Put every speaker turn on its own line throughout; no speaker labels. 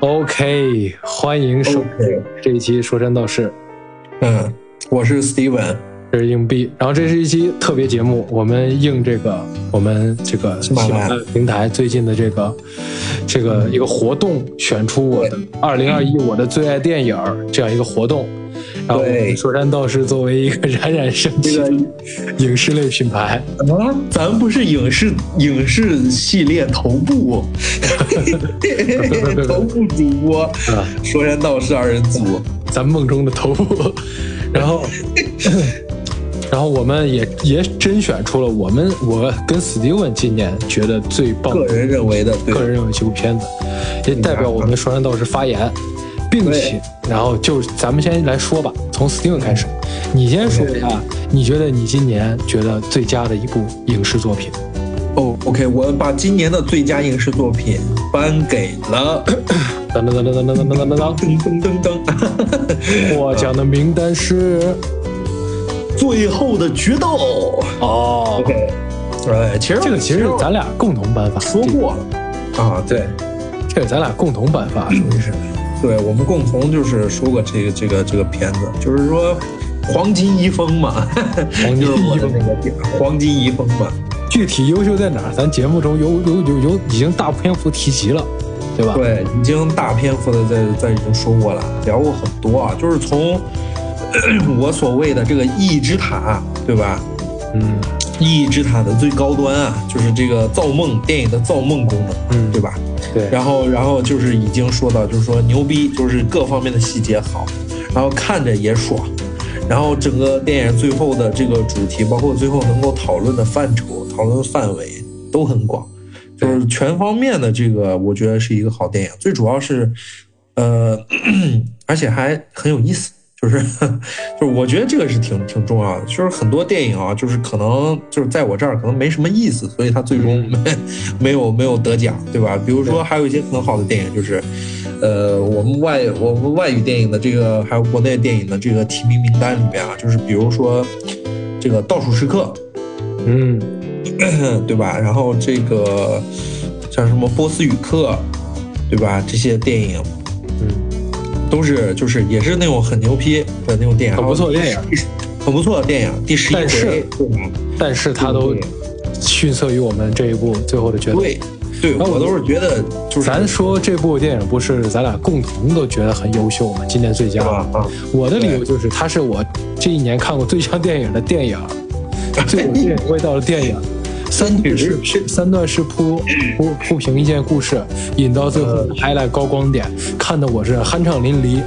OK，欢迎收听
OK，
这一期《说山道事
嗯，我是 Steven，》，
这是硬币。然后这是一期特别节目，我们应这个我们这个喜
喜马拉雅
马拉雅平台最近的这个这个
嗯
一个活动，选出我的二零二一我的最爱电影儿这样一个活动。然后我们
对
说山道士作为一个冉冉升
这
起
个
的影视类品牌，
怎么了？咱们不是影视影视系列头 部，头部主播，
啊，
说山道士二人组，
咱们梦中的头 部，然后， 然后我们也也甄选出了我们我跟 Steven 今年觉得最棒
个
的
人认为的，对
个人认为这部片子，也代表我们双山道士发言，并且，然后就咱们先来说吧，从 Steven 开始，你先说一下，你觉得你今年觉得最佳的一部影视作品？
哦，OK，我把今年的最佳影视作品颁给了
噔噔噔噔噔噔噔噔噔噔
噔噔噔噔，
噔，获奖的名单是
最后的决斗
哦，
，OK，哎，其实
这个其实咱俩共同颁发，
说过了啊，对。
这是咱俩共同颁
嗯
发，属于是。
对我们共同就是说过这个这个这个片子，就是说黄金一封嘛，
黄金一封
就是我的那个点儿黄金一封嘛，
具体优秀在哪儿，咱节目中有有有有已经大篇幅提及了，对吧？
对，已经大篇幅的在在已经说过了，聊过很多啊，就是从 我所谓的这个一之塔，对吧？
嗯
意义之塔的最高端啊，就是这个造梦电影的造梦功能，
嗯，
对吧？
对
然后，然后就是已经说到，就是说牛逼，就是各方面的细节好，然后看着也爽，然后整个电影最后的这个主题，包括最后能够讨论的范畴、讨论范围都很广，就是全方面的这个，我觉得是一个好电影。最主要是，呃， 而且还很有意思，就是 就是我觉得这个是挺挺重要的。就是很多电影啊，就是可能就是在我这儿可能没什么意思，所以它最终没 没有没有得奖，对吧？比如说还有一些很好的电影，就是呃，我们外我们外语电影的这个还有国内电影的这个提名名单里面啊，就是比如说这个《倒数时刻》，
嗯
对吧？然后这个像什么《波斯语课》，对吧？这些电影
嗯，
都是就是也是那种很牛批的那种电影，
很不错的电影，
很不错的电影。第十一
但是
回，对吧
但是他都逊色于我们这一部最后的决斗。
嗯对对，
那我
我都是觉得就是
咱说这部电影不是咱俩共同都觉得很优秀吗？今年最佳
对，吧？啊，
我的理由就是它是我这一年看过最像电影的电 影，最有电影味道的电影。三段式三段式铺铺铺平一件故事，引到最后
嗯
的 highlight 高光点，看得我是酣畅淋漓。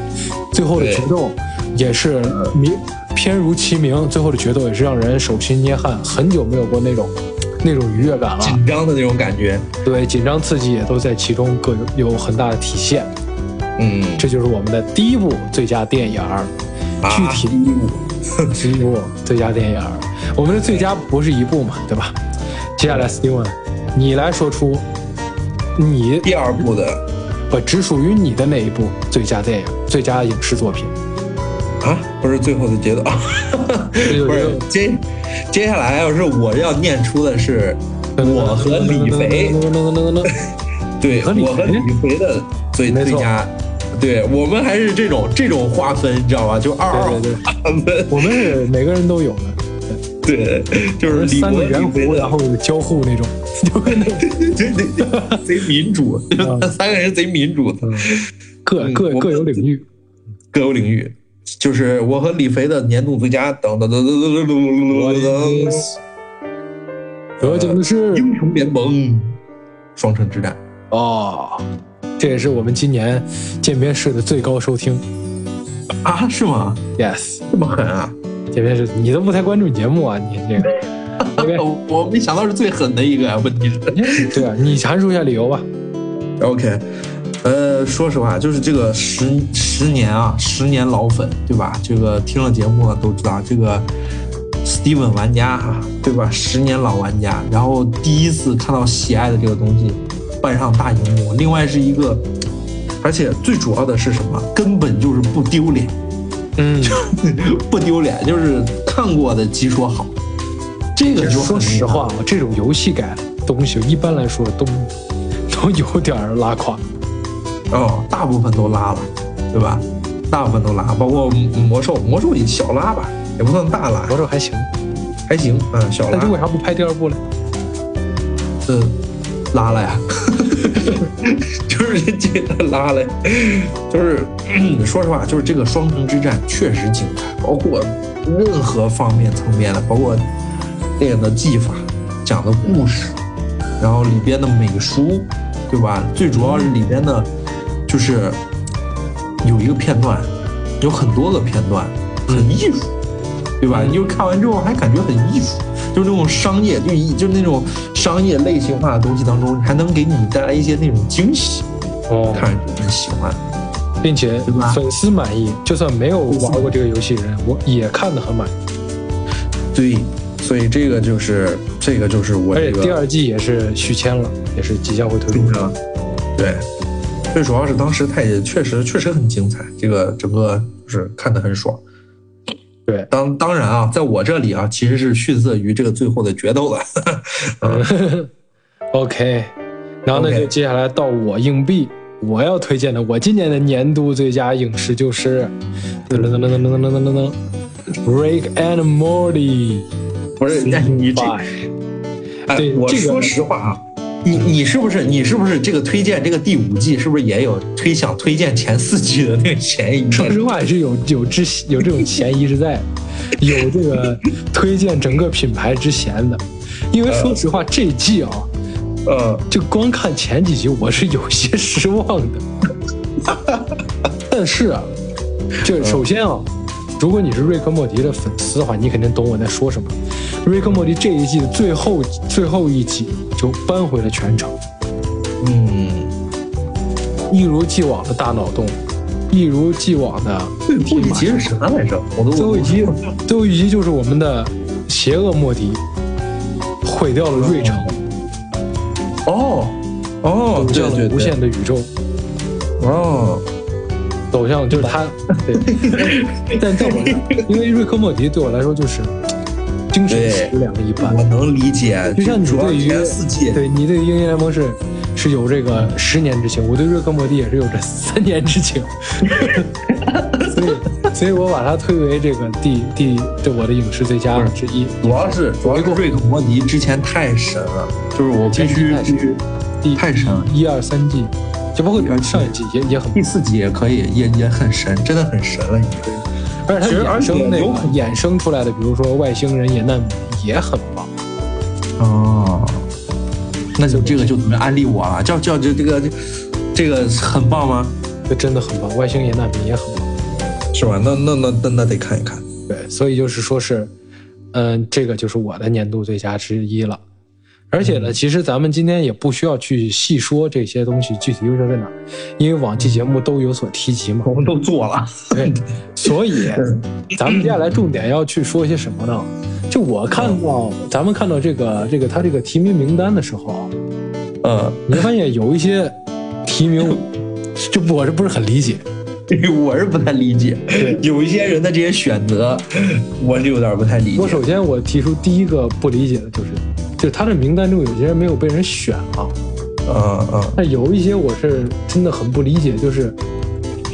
最后的决斗也是
嗯
名片如其名，最后的决斗也是让人手心捏汗，很久没有过那种那种愉悦感了。
紧张的那种感觉，
对，紧张刺激也都在其中各有有很大的体现。
嗯，
这就是我们的第一部最佳电影儿。具体
第一部啊
第一部最佳电影儿，我们的最佳不是一部嘛，对吧？接下来，Steven，你来说出你
第二部的
不只属于你的那一部最佳电影、最佳影视作品。
啊，不是最后的节奏啊，不是接接下来要是我要念出的是我和李肥，对，
和李
我和
肥
李逵的最
没
最
错
佳，对我们还是这种这种划分，你知道吧？就二二
对对对
划分，
我们是每个人都有的，
对，就
我
是
们
李
三
逵
个圆
李
弧，
逵
然
的，
后交互那种，就跟那种
对对对，贼民主，三个人贼民主，
各
嗯我
各
们
各有领域。
各有领域。就是我和李逵的年度最佳，等等等等等
我
等等等，
得奖的是
英雄联盟，双城之战，
哦，这也是我们今年渐变式的最高收听。
啊，是吗？
Yes。
这么狠啊！
这边是你都不太关注节目啊，你这个，这 边
呃我没想到是最狠的一个，啊问题是。
对啊，你阐述一下理由吧。
OK，呃，说实话，就是这个十十年啊，十年老粉，对吧？这个听了节目啊都知道，这个 Steven 玩家哈，对吧？十年老玩家，然后第一次看到喜爱的这个东西搬上大荧幕，另外是一个，而且最主要的是什么？根本就是不丢脸，
嗯，
不丢脸，就是看过的即说好。这个就很
说实
厉害
话，啊，这种游戏改的东西一般来说都都有点儿拉胯。
哦，大部分都拉了，对吧？大部分都拉，包括魔兽，魔兽也小拉吧，也不算大拉，
魔兽还行，
还行，嗯，小
那
拉
你，为啥不拍第二部呢？
嗯，拉了呀， 就是这个拉了，就是、嗯说实话，就是这个双城之战确实精彩，包括任何方面层面的，包括电影的技法、讲的故事，然后里边的美术，对吧？最主要是里边的，就是有一个片段，有很多个片段，很艺术，对吧？你就看完之后还感觉很艺术，就是那种商业就一就是那种商业类型化的东西当中，还能给你带来一些那种惊喜，
哦
看着就很喜欢。
并且
对吧
粉丝满意，就算没有玩过这个游戏的人，我也看得很满意。
对，所以这个就是这个就是我
而
这
且
个
第二季也是续签了，也是即将会推出
嗯。对，最主要是当时太也确实确实很精彩，这个整个就是看得很爽。
对，
当当然啊，在我这里啊，其实是逊色于这个最后的决斗了。
OK，然后呢
OK
就接下来到我硬币，我要推荐的我今年的年度最佳影视就是噔噔噔噔噔噔噔噔噔噔，Rick and Morty。
不是，那你这，哎
对
我
这个嗯
说实话啊，你你是不是你是不是这个推荐这个第五季是不是也有推想推荐前四季的那个嫌疑？
说实话也是有有之有这种嫌疑是在 的，有这个推荐整个品牌之嫌的，因为说实话这一季啊，
呃，
就光看前几集我是有些失望的， 但是啊，就是首先啊，如果你是瑞克莫迪的粉丝的话，你肯定懂我在说什么。瑞克莫迪这一季的最后最后一集就扳回了全场，
嗯，
一如既往的大脑洞，一如既往的
最后一集是啥来着？我都
最后一 集，最后一集就是我们的邪恶莫迪毁掉了瑞城，
哦
走
哦，对
向
对
了
对，
无限的宇宙，
哦，
走向就是他。对， 但在我看来，因为瑞克莫迪对我来说就是精神食粮一般
我，能理解，
就像你
主要
对于
前四季，
对你对英雄联盟是是有这个十年之情，我对瑞克莫迪也是有这三年之 情，所以所以我把它推为这个第第对我的影视最佳之一。
主要是主要是瑞克莫迪之前太神了，就是我必须
前期太神第
太神了。
一二三季，就包括上一季也也很，
第四集也可以，也也很神，真的很神了，已经。
而且它衍生那
有
个
可能
衍生出来的，比如说外星人也难民也很棒。
哦，那就这个就能安利我了，叫叫这这个这个很棒吗？
这真的很棒，外星人难民也很棒。
是吧？那那那那那得看一看。
对，所以就是说是，嗯，这个就是我的年度最佳之一了。而且呢，其实咱们今天也不需要去细说这些东西具体优秀在哪儿，因为往期节目都有所提及 嘛。
我们都做了，
对，所以咱们接下来重点要去说些什么呢？就我看到，咱们看到这个这个他这个提名名单的时候啊，
嗯，
你会发现有一些提名， 这我是不是很理解？
我是不太理解，有一些人的这些选择，我是有点不太理
我
解。
首先我提出第一个不理解的就是，就是他的名单中有些人没有被人选啊，
嗯嗯，
但有一些我是真的很不理解，就是。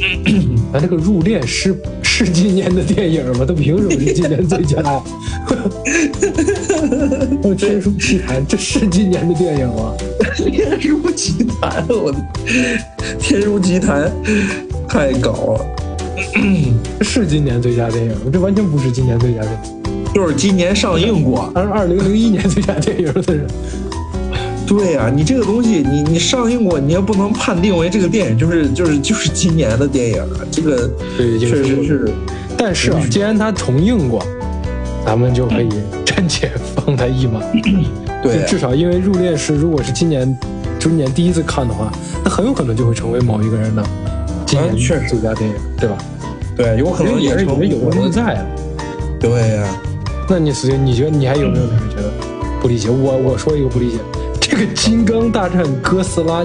嗯
咱这个入殓是是今年的电影吗？他凭什么是今年最 佳呀？我天书奇谭，这是今年的电影吗？
天书奇谭，我的天书奇谭太搞了。
这是今年最佳电影吗？这完全不是今年最佳电影，
就是今年上映 过。
而二零零一年最佳电影的人，
对啊，你这个东西，你你上映过，你也不能判定为这个电影就是就是就是今年的电影啊。这个
对
确实是，嗯
但是啊，既然他重映过，咱们就可以暂且放他一马。
对
就至少因为入殓师如果是今年今年第一次看的话，那很有可能就会成为某一个人的今年
嗯确实
最佳电影，对吧？
对，有可
因
能
为也是
成
有人有
可
问题
能
在啊。
对呀、
那你所以你觉得你还有没有哪个觉得不理解？我我说一个不理解，这个《金刚大战哥斯拉》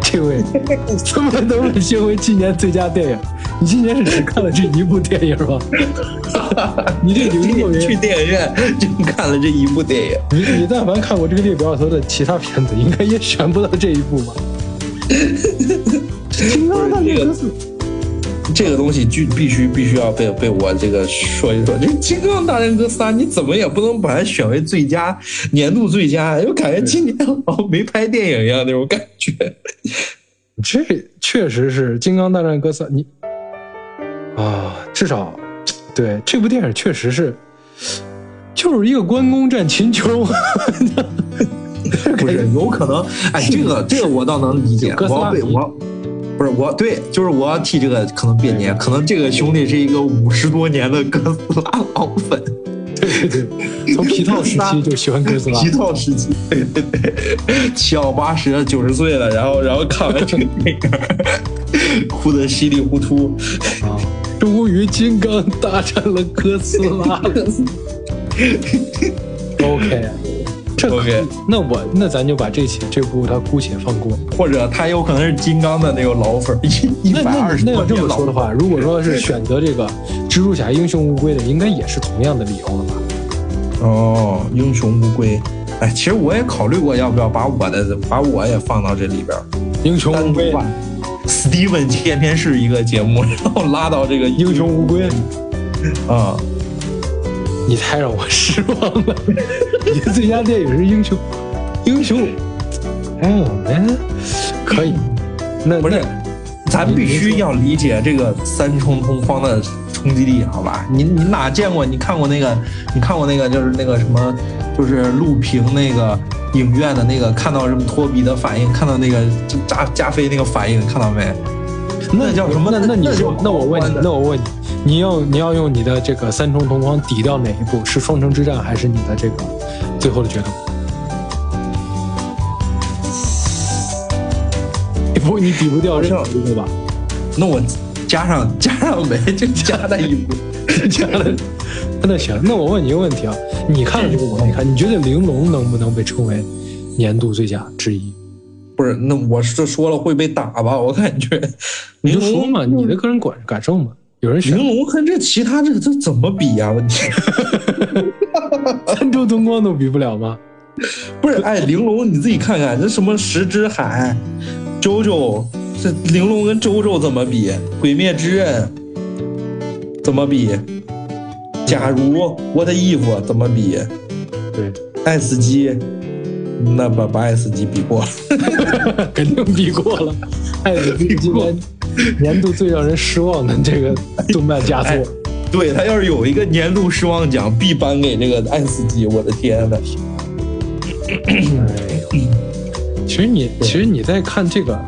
这位怎么能被选为今年最佳电影？你今年是只看了这一部电影 吗？ 你这
今
牛作
年去
人，
电影院就看了这一部电影，
你你但凡看 过这个列表里头的其他片子，应该也选不到这一部吧？
不是这个这个东西就必须必须要被被我这个说一说。这《金刚大战哥仨》，你怎么也不能把它选为最佳年度最佳，就感觉今年好像没拍电影一样那种感觉。
这确实是《金刚大战哥仨》，你啊，至少对这部电影确实是，就是一个关公战秦琼，
不是有可 能？哎，这个这个我倒能理解，我要被我。不是我对，就是我要替这个可能别年，可能这个兄弟是一个五十多年的哥斯拉老粉，
对对对，从皮套时期就喜欢哥斯拉，
皮套时期，对对对， 七老八十九十岁了，然后然后看完这个电影，哭得稀里糊涂，
啊， 终于金刚大战了哥斯拉，OK。这
OK，
那我那咱就把这期这部它姑且放过，
或者他有可能是金刚的那个老粉，一一
那
百
那
二
你
十
那要
多
这
年
么
老
说的话，如果说是选择这个蜘蛛侠英雄无归的，应该也是同样的理由了吧？
哦，英雄无归。哎，其实我也考虑过要不要把我的把我也放到这里边儿，
英雄无
单独
归，
把 Steven 天天是一个节目，然后拉到这个
英雄无归，
啊、
嗯你太让我失望了。 你的最佳电影是英雄，英雄，哎呦，哎，可以，那
不是
那，
咱必
你
须
说
要理解这个三重同框的冲击力，好吧？你你哪见过？你看过那个？你看过那个？就是那个什么？就是录屏那个影院的那个，看到什么托比的反应，看到那个就加加菲那个反应，看到没？那叫什么
那
那
你
那
说
叫，
那我问
狂欢
你，
的
那我问你，你要你要用你的这个三重同框抵掉哪一部？是双城之战，还是你的这个最后的决斗？你不，你抵不掉任何一个吧？
那我加上加上没，就加在一步。
那行，那我问你一个问题啊，你看了这个，我没
嗯
看，你觉得《玲珑》能不能被称为年度最佳之一？
不是，那我是说了会被打吧？我感觉，
你就
玲
说
珑
嘛，你的个人感感受嘛，有人选
玲珑跟这其他这这怎么比呀、问题
三周灯光都比不了吗？
不是，哎，玲珑你自己看看，这什么十之海、周周，这玲珑跟周周怎么比？鬼灭之刃怎么比？假如 What if 怎么比？
对，
爱死机，那把把爱死机比过了。
肯定比过了。 爱死机哎今年年度最让人失望的这个动漫佳作，
对他要是有一个年度失望奖，必颁给这个爱死机。我的天呐！
哎嗯其实你其实你在看这个，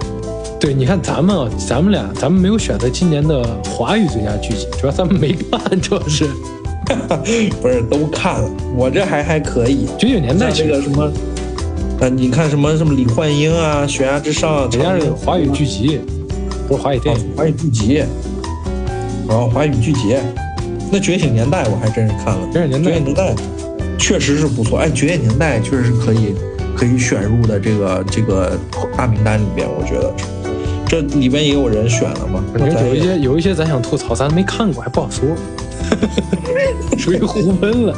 对，你看咱们啊，咱们俩咱们没有选择今年的华语最佳剧集，主要咱们没看，主要是
不是都看了，我这还还可以。
九九年代
像
其
这
实
个什么，呃，你看什么什么李焕英啊，《悬崖之上》，
人家是华语剧集，不是华语电影。
哦华语剧集，哦，华语剧集。那《觉醒年代》我还真是看了，《
觉醒年代
确实是不错。哎，《觉醒年代》确实是可以可以选入的这个这个大名单里边，我觉得这里边也有人选了嘛。
我觉得
那咱
有一
也
些有一些咱想吐槽，咱没看过还不好说， 属于胡喷 了。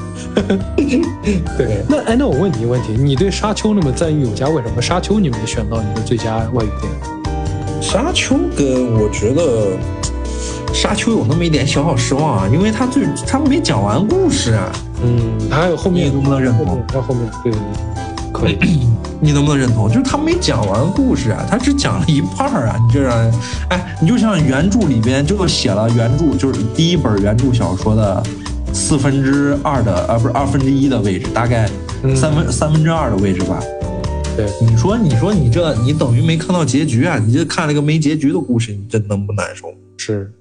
对，那哎，那我问你一个问题，你对《沙丘》那么赞誉有加，为什么《沙丘》你没选到你的最佳外语电影？
沙丘跟我觉得沙丘有那么一点小小失望啊，因为他最他没讲完故事啊，
嗯，它还有后
你
面，
能不能认
后
同
面？还有后面，对对对，可以。
你能不能认同？就是他没讲完故事啊，他只讲了一半儿啊，你这让人，哎，你就像原著里边就写了原著就是第一本原著小说的四分之二的啊，不是二分之一的位置，大概
嗯
三分、三分之二的位置吧。
对，
你说，你说你这你等于没看到结局啊？你就看了一个没结局的故事，你这能不难受吗？
是。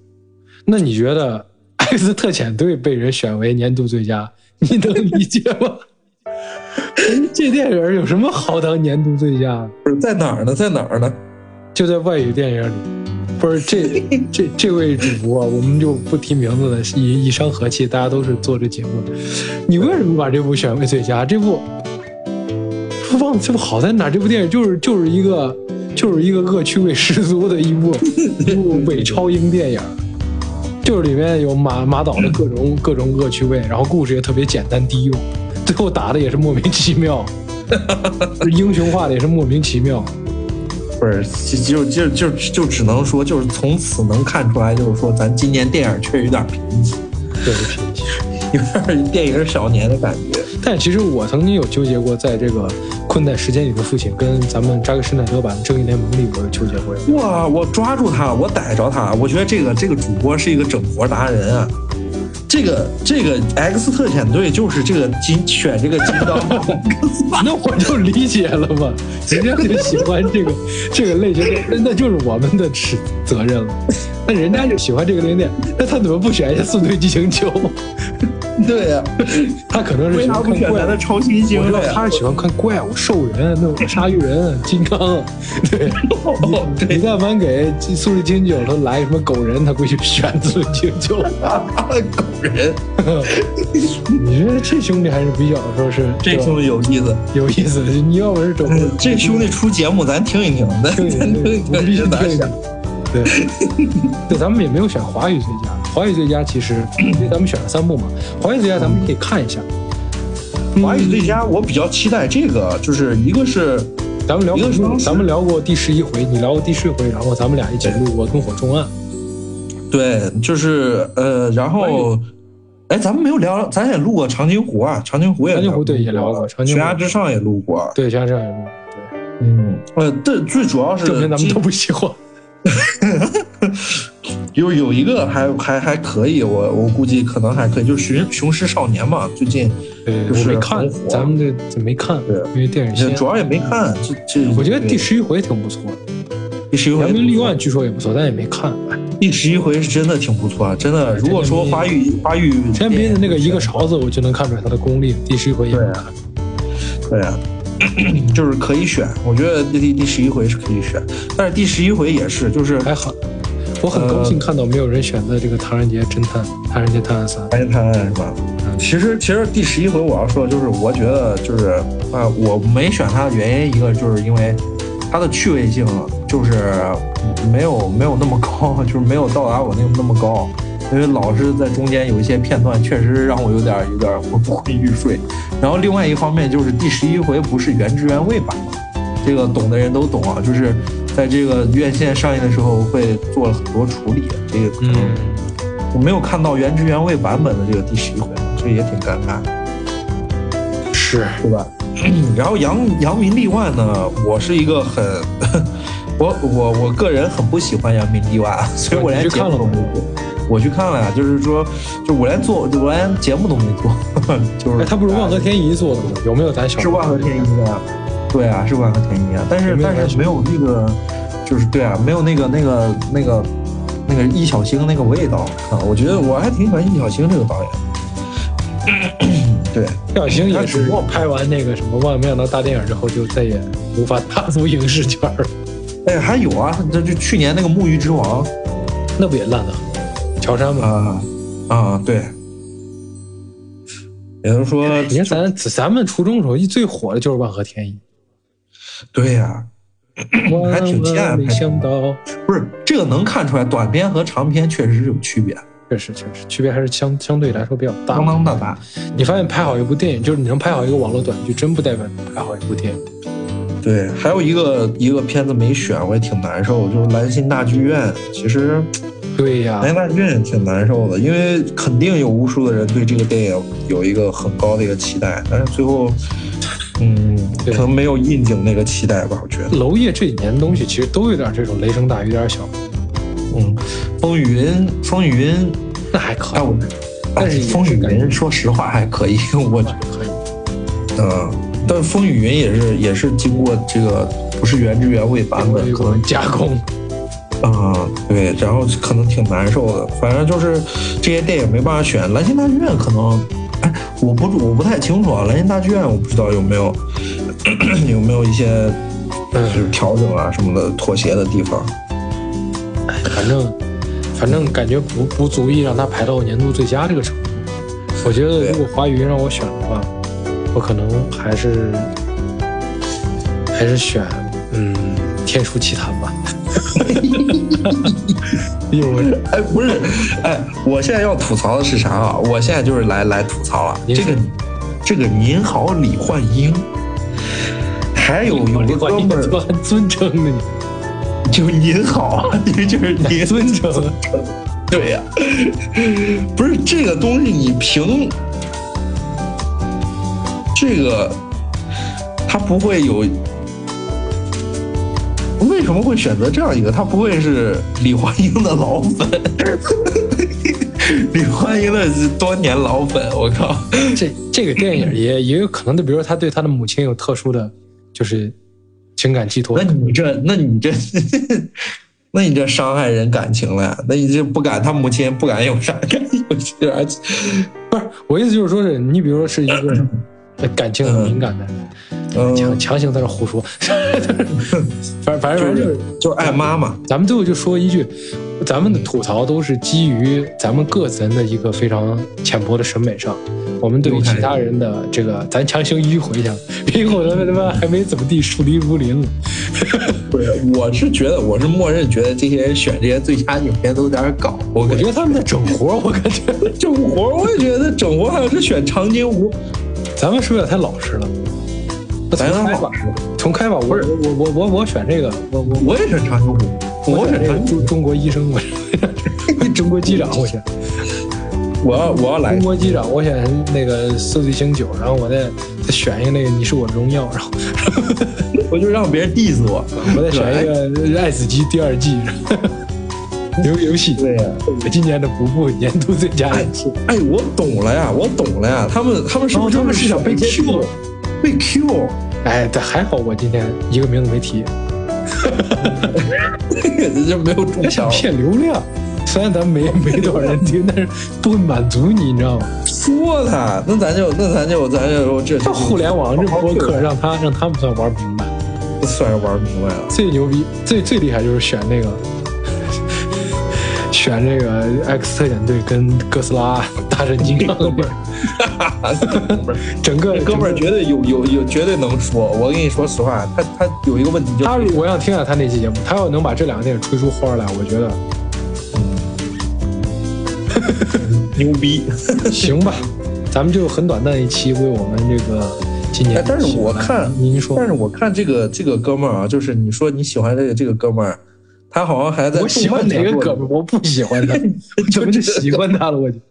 那你觉得 《艾斯特遣队》被人选为年度最佳，你能理解吗？ 这电影有什么好当年度最佳？
不是在哪儿呢？在哪儿呢？
就在外语电影里，不是这这这位主播，我们就不提名字了，以以伤和气，大家都是做这节目的。你为什么把这部选为最佳？这部不忘这部好在哪？这部电影就是就是一个就是一个恶趣味十足的一部一部伪超英电影。就是里面有马马导的各种各种恶趣味，然后故事也特别简单低幼，最后打的也是莫名其妙，英雄化的也是莫名其妙。
不是，就就就就就只能说，就是从此能看出来，就是说咱今年电影确有点贫瘠，
对不起。
有点电影少年的感觉。
但其实我曾经有纠结过，在这个困在时间里的父亲跟咱们扎克施耐德版的正义联盟里，我有纠结过。
哇！我抓住他，我逮着他，我觉得这个这个主播是一个整活达人啊。这个这个 X 特遣队就是这个金选这个金刚棒，
那我就理解了嘛，人家就喜欢这个 这个类型的，那那就是我们的职责任了。那人家就喜欢这个零点，那他怎么不选一下《速度与激情九》？
对呀、
他可能是
为
喜
啥
欢
不
看
选
怪
咱
物
的。超新
我
星
知道
了呀？
他是喜欢看怪物、兽人、那种鲨鱼人、啊金刚。对，你但凡给《速度金九》他来个什么狗人，他估计选《速度金九》。
狗人，
你说这兄弟还是比较说是
这兄弟有意思。
弟有意思的。你要不是整
嗯这兄弟出节目，咱听一听，咱
对
咱听
对
一，
我必
听
须
是咋
对
想。
对，对， 咱们也没有选华语最佳，华语最佳其实 因为咱们选了三部嘛，华语最佳咱们可以看一下。
嗯华语最佳，我比较期待这个，就是一个是
咱们聊
一个是
过，
当时
咱们聊过第十一回，你聊过第十回，然后咱们俩一起
嗯
录过《怒火重案》。
对，就是呃，然后，哎，咱们没有聊，咱也录过长津湖啊，长津湖也
长津湖
过
对也聊过长津湖
悬崖之上也录过，
对，像这样也录。对，
嗯，呃，对，最主要是
证明咱们都不喜欢。
有有一个还还还可以，我我估计可能还可以，就是《雄雄狮少年》嘛，最近
对，
就
我
是
没看
很火，
咱们这这没看，
对
因为电影先
主。要也没看，这这
我觉得第
对
十一回挺不错的，
第十一
《
回
扬名立
不错
万》据说也不错，但也没看。
第十一回是真的挺不错，啊真的。如果说华语华语
陈彦斌的那个一个勺子，我就能看出来他的功力。第十一回也没看。
啊对啊， 就是可以选，我觉得第第第十一回是可以选，但是第十一回也是，就是
还好，我很高
呃
兴看到没有人选择这个《唐人街侦探》《唐人街探案三》。
白探案是吧？其实其实第十一回我要说的就是，我觉得就是啊、我没选它的原因一个就是因为它的趣味性就是没有没有那么高，就是没有到达我那那么高。因为老是在中间有一些片段，确实让我有点有点昏昏欲睡。然后另外一方面就是第十一回不是原汁原味版的，这个懂的人都懂啊，就是在这个院线上映的时候会做了很多处理，这个可能、
嗯
我没有看到原汁原味版本的这个第十一回，这也挺尴尬，
是
对吧？ 然后扬扬名立万呢，我是一个很， 我我我个人很不喜欢扬名立万，所以我连
你去
节
看
目
了
都
吗
没做。我去看了呀，就是说，就我连做，我连节目都没做， 就是、
哎，他不是万和天宜做的吗？有没有咱小？
是万和天宜啊，对啊，是万和天宜啊，但是
有没有
但
人
是
选
没有那个，就是对啊，没有那个那个那个那个易小星那个味道啊，我觉得我还挺喜欢易小星这个导演。 对，
小星也
他
是
只不过
拍完那个什么《万没想到大电影》之后，就再也无法踏足影视圈儿了，
哎，还有啊，这就去年那个《沐浴之王
那不也烂的很？乔杉》嘛，
啊啊，对，也就是说，
你看咱咱们初中的时候一最火的就是万和天宜，
对呀、还挺欠
万万没想到，
不是这个能看出来，短片和长片确实是有区别，
确实确实区别还是相相对来说比较大
嗯相。当的大。
你发现拍好一部电影，就是你能拍好一个网络短剧，真不代表你拍好一部电影。
对，还有一个一个片子没选，我也挺难受，就是《兰心大剧院》。其实哎
对
《
呀
兰，心大剧院》也挺难受的，因为肯定有无数的人对这个电影有一个很高的一个期待，但是最后，嗯，可
对
能没有应景那个期待吧，我觉 得。
娄烨这几年东西其实都有点这种雷声大雨点小，
嗯，风云，风云，
那还可
哎
以，
我，
但
哎
是也是
风雨
感觉
云，说实话还可以，我
那还可以。
嗯，但是风雨云也是也是经过这个不是原汁原味版
我
本，
有
可能
个加工，
啊、对，然后可能挺难受的。反正就是这些电影没办法选，《兰心大剧院》可能，哎，我不我不太清楚啊，《兰心大剧院》我不知道有没有 有没有一些就是调整啊什么的妥协的地方。
反正反正感觉不不足以让他排到年度最佳这个程度。我觉得
对
如果华语让我选的话，我可能还是还是选嗯《天书奇谭》吧。 因为我
哎，不是，哎，我现在要吐槽的是啥啊？我现在就是来来吐槽了，
您
这
说
个这个您好李焕英，还有有
我
个
李
哥
焕英
哎们儿。
很尊称的你，
就是您好， 就是就是您
尊称，
对呀、 不是这个东西，你凭这个，它不会有。为什么会选择这样一个？他不会是李焕英的老粉？ 李焕英的多年老粉，我靠！
这这个电影 也也有可能的，比如说他对他的母亲有特殊的就是情感寄托
那，你这，那你这， 那你这伤害人感情了呀？那你这不敢，他母亲不敢有啥感有啥？
不是我意思就是说是你比如说是一个呃感情很敏感的人，强
嗯，
强行在这胡说， 反正反正反正就是
就是爱妈妈。
咱们最后就说一句，咱们的吐槽都是基于咱们个人的一个非常浅薄的审美上，我们对于其他人的这个，咱强行迂回一下，别我他妈他妈还没怎么地树敌如林了。
不是，我是觉得，我是默认觉得这些人选这些最佳影片都有点搞。我
我
感
觉得他们在整活，我感觉
整活，我也觉得整活还是选长津湖，
咱们是不是有点太老实了？那重
咱
开吧
老，实。
重开吧，我我我我我选这个，我我
我也选长津湖，我
选
选
这个
长津湖，
中中国医生，我选中国机长，我 选。
我要我要来
中国机长，我选那个《色醉星酒》，然后我再再选一个那个《你是我的荣耀》，然后
我就让别人 diss 我。
我再选一个《爱死机》第二季， 游游戏，
对呀、
今年的不布年度最佳影片。
哎，我懂了呀，我懂了呀。他们他们是不
哦
是
他们是想被
被 Q？
Q
被 Q？
哎，但还好我今天一个名字没提，
人家没有中
还想。
枪
骗流量。虽然咱 没没多少人听，但是不会满足你，你知道吗？
哎说他，那咱就那咱就咱就这
到互联网这播
啊
客，让他让他们算玩明白。
算是玩明白了。
最牛逼、最最厉害就是选那个， 选这个 X 特遣队跟哥斯拉大战金刚，整个
哎这哥们儿绝对有有有绝对能说，我跟你说实话，他他有一个问题就
他如果要听了他那期节目，他要能把这两个电影吹出花来，我觉得
牛逼，
行吧。咱们就很短暂一期，为我们这个今年
哎，但是我看
您说
但，是我看这个这个哥们儿啊，就是你说你喜欢这个这个哥们儿，他好像还在
我喜欢哪个哥们儿？我不喜欢 他，我就是 喜欢他了。我就
儿？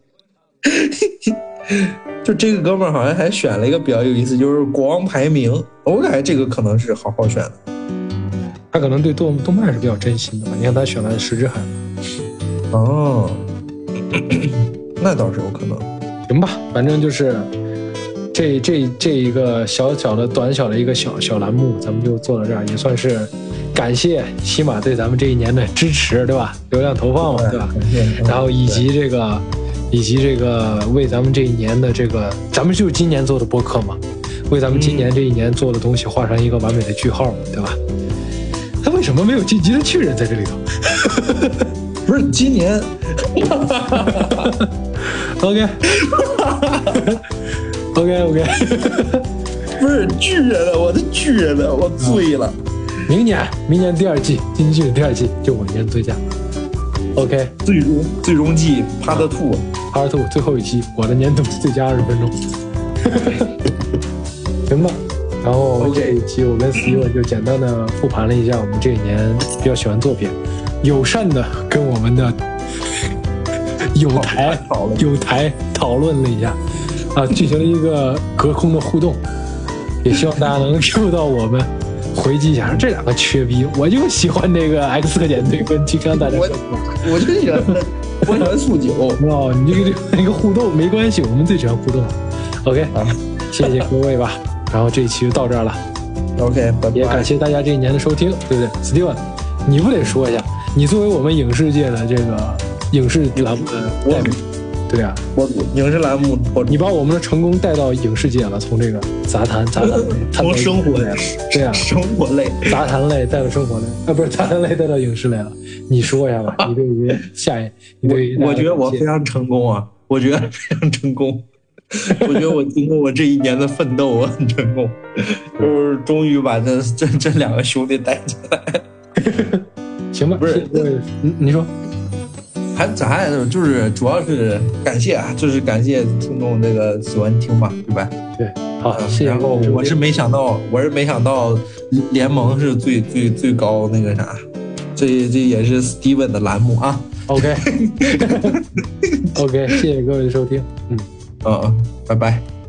就这个哥们儿好像还选了一个比较有意思，就是国王排名，我感觉这个可能是好好选的。
他可能对动动漫是比较真心的吧。你看他选了《十之海》，
哦，那倒是有可能。
行吧，反正就是这这这一个小小的短小的一个小小栏目，咱们就做到这儿，也算是感谢喜马对咱们这一年的支持，对吧？流量投放嘛，对吧？然后以及这个，以及这个为咱们这一年的这个，咱们就是今年做的播客嘛，为咱们今年这一年做的东西画上一个完美的句号嘛，对吧？他为什么没有晋级的巨人在这里头？
不是今年
OK，OK OK，
不是巨人了，我的巨人了，我醉
啊
了。
明年明年第二季《金句》第二季就我年度最佳。OK，
最终最终季 Part Two，
二兔最后一期我的年度最佳二十分钟，行吧。然后
OK
这一期我跟 Steven 就简单的复盘了一下我们这一年比较喜欢的作品，友善的跟我们的友台
讨论
友台讨论了一下，啊，进行了一个隔空的互动，也希望大家能 Q 到我们，回击一下这两个缺逼，我就喜欢这个 X 特遣队跟金刚大战
我
哥斯拉。
我就喜欢我喜欢素九。
哦，你这个这个一个互动没关系，我们最喜欢互动了。OK，
啊
谢谢各位吧。然后这一期就到这儿 了，
OK，拜
也感
拜。
谢大家这一年的收听，对不对？Steven，你不得说一下，你作为我们影视界的这个影视栏目的
我
代表，对啊，
我影视栏目我
你把我们的成功带到影视界了，从这个杂谈杂谈类探
从
讨
生活类，
对啊，
生活类。
杂谈类带到生活类，啊，不是杂谈类带到影视类了，你说一下吧，你对于下一，你对于
我我
大家
觉得我
的
非常成功啊，我觉得非常成功， 我觉得我经过我这一年的奋斗，我很成功，就是终于把这 这这两个兄弟带进来。
行吧，
不是
谢谢你你 说。
还咱还就是主要是感谢啊，就是感谢听众这个喜欢听嘛，对吧？
对，好，啊
嗯
谢谢
然
各
后
位收听。
我是没想到，我是没想到联盟是最最最高那个啥，这这也是 Steven 的栏目啊。
OK，OK，谢谢各位的收听，嗯。
嗯嗯，拜拜。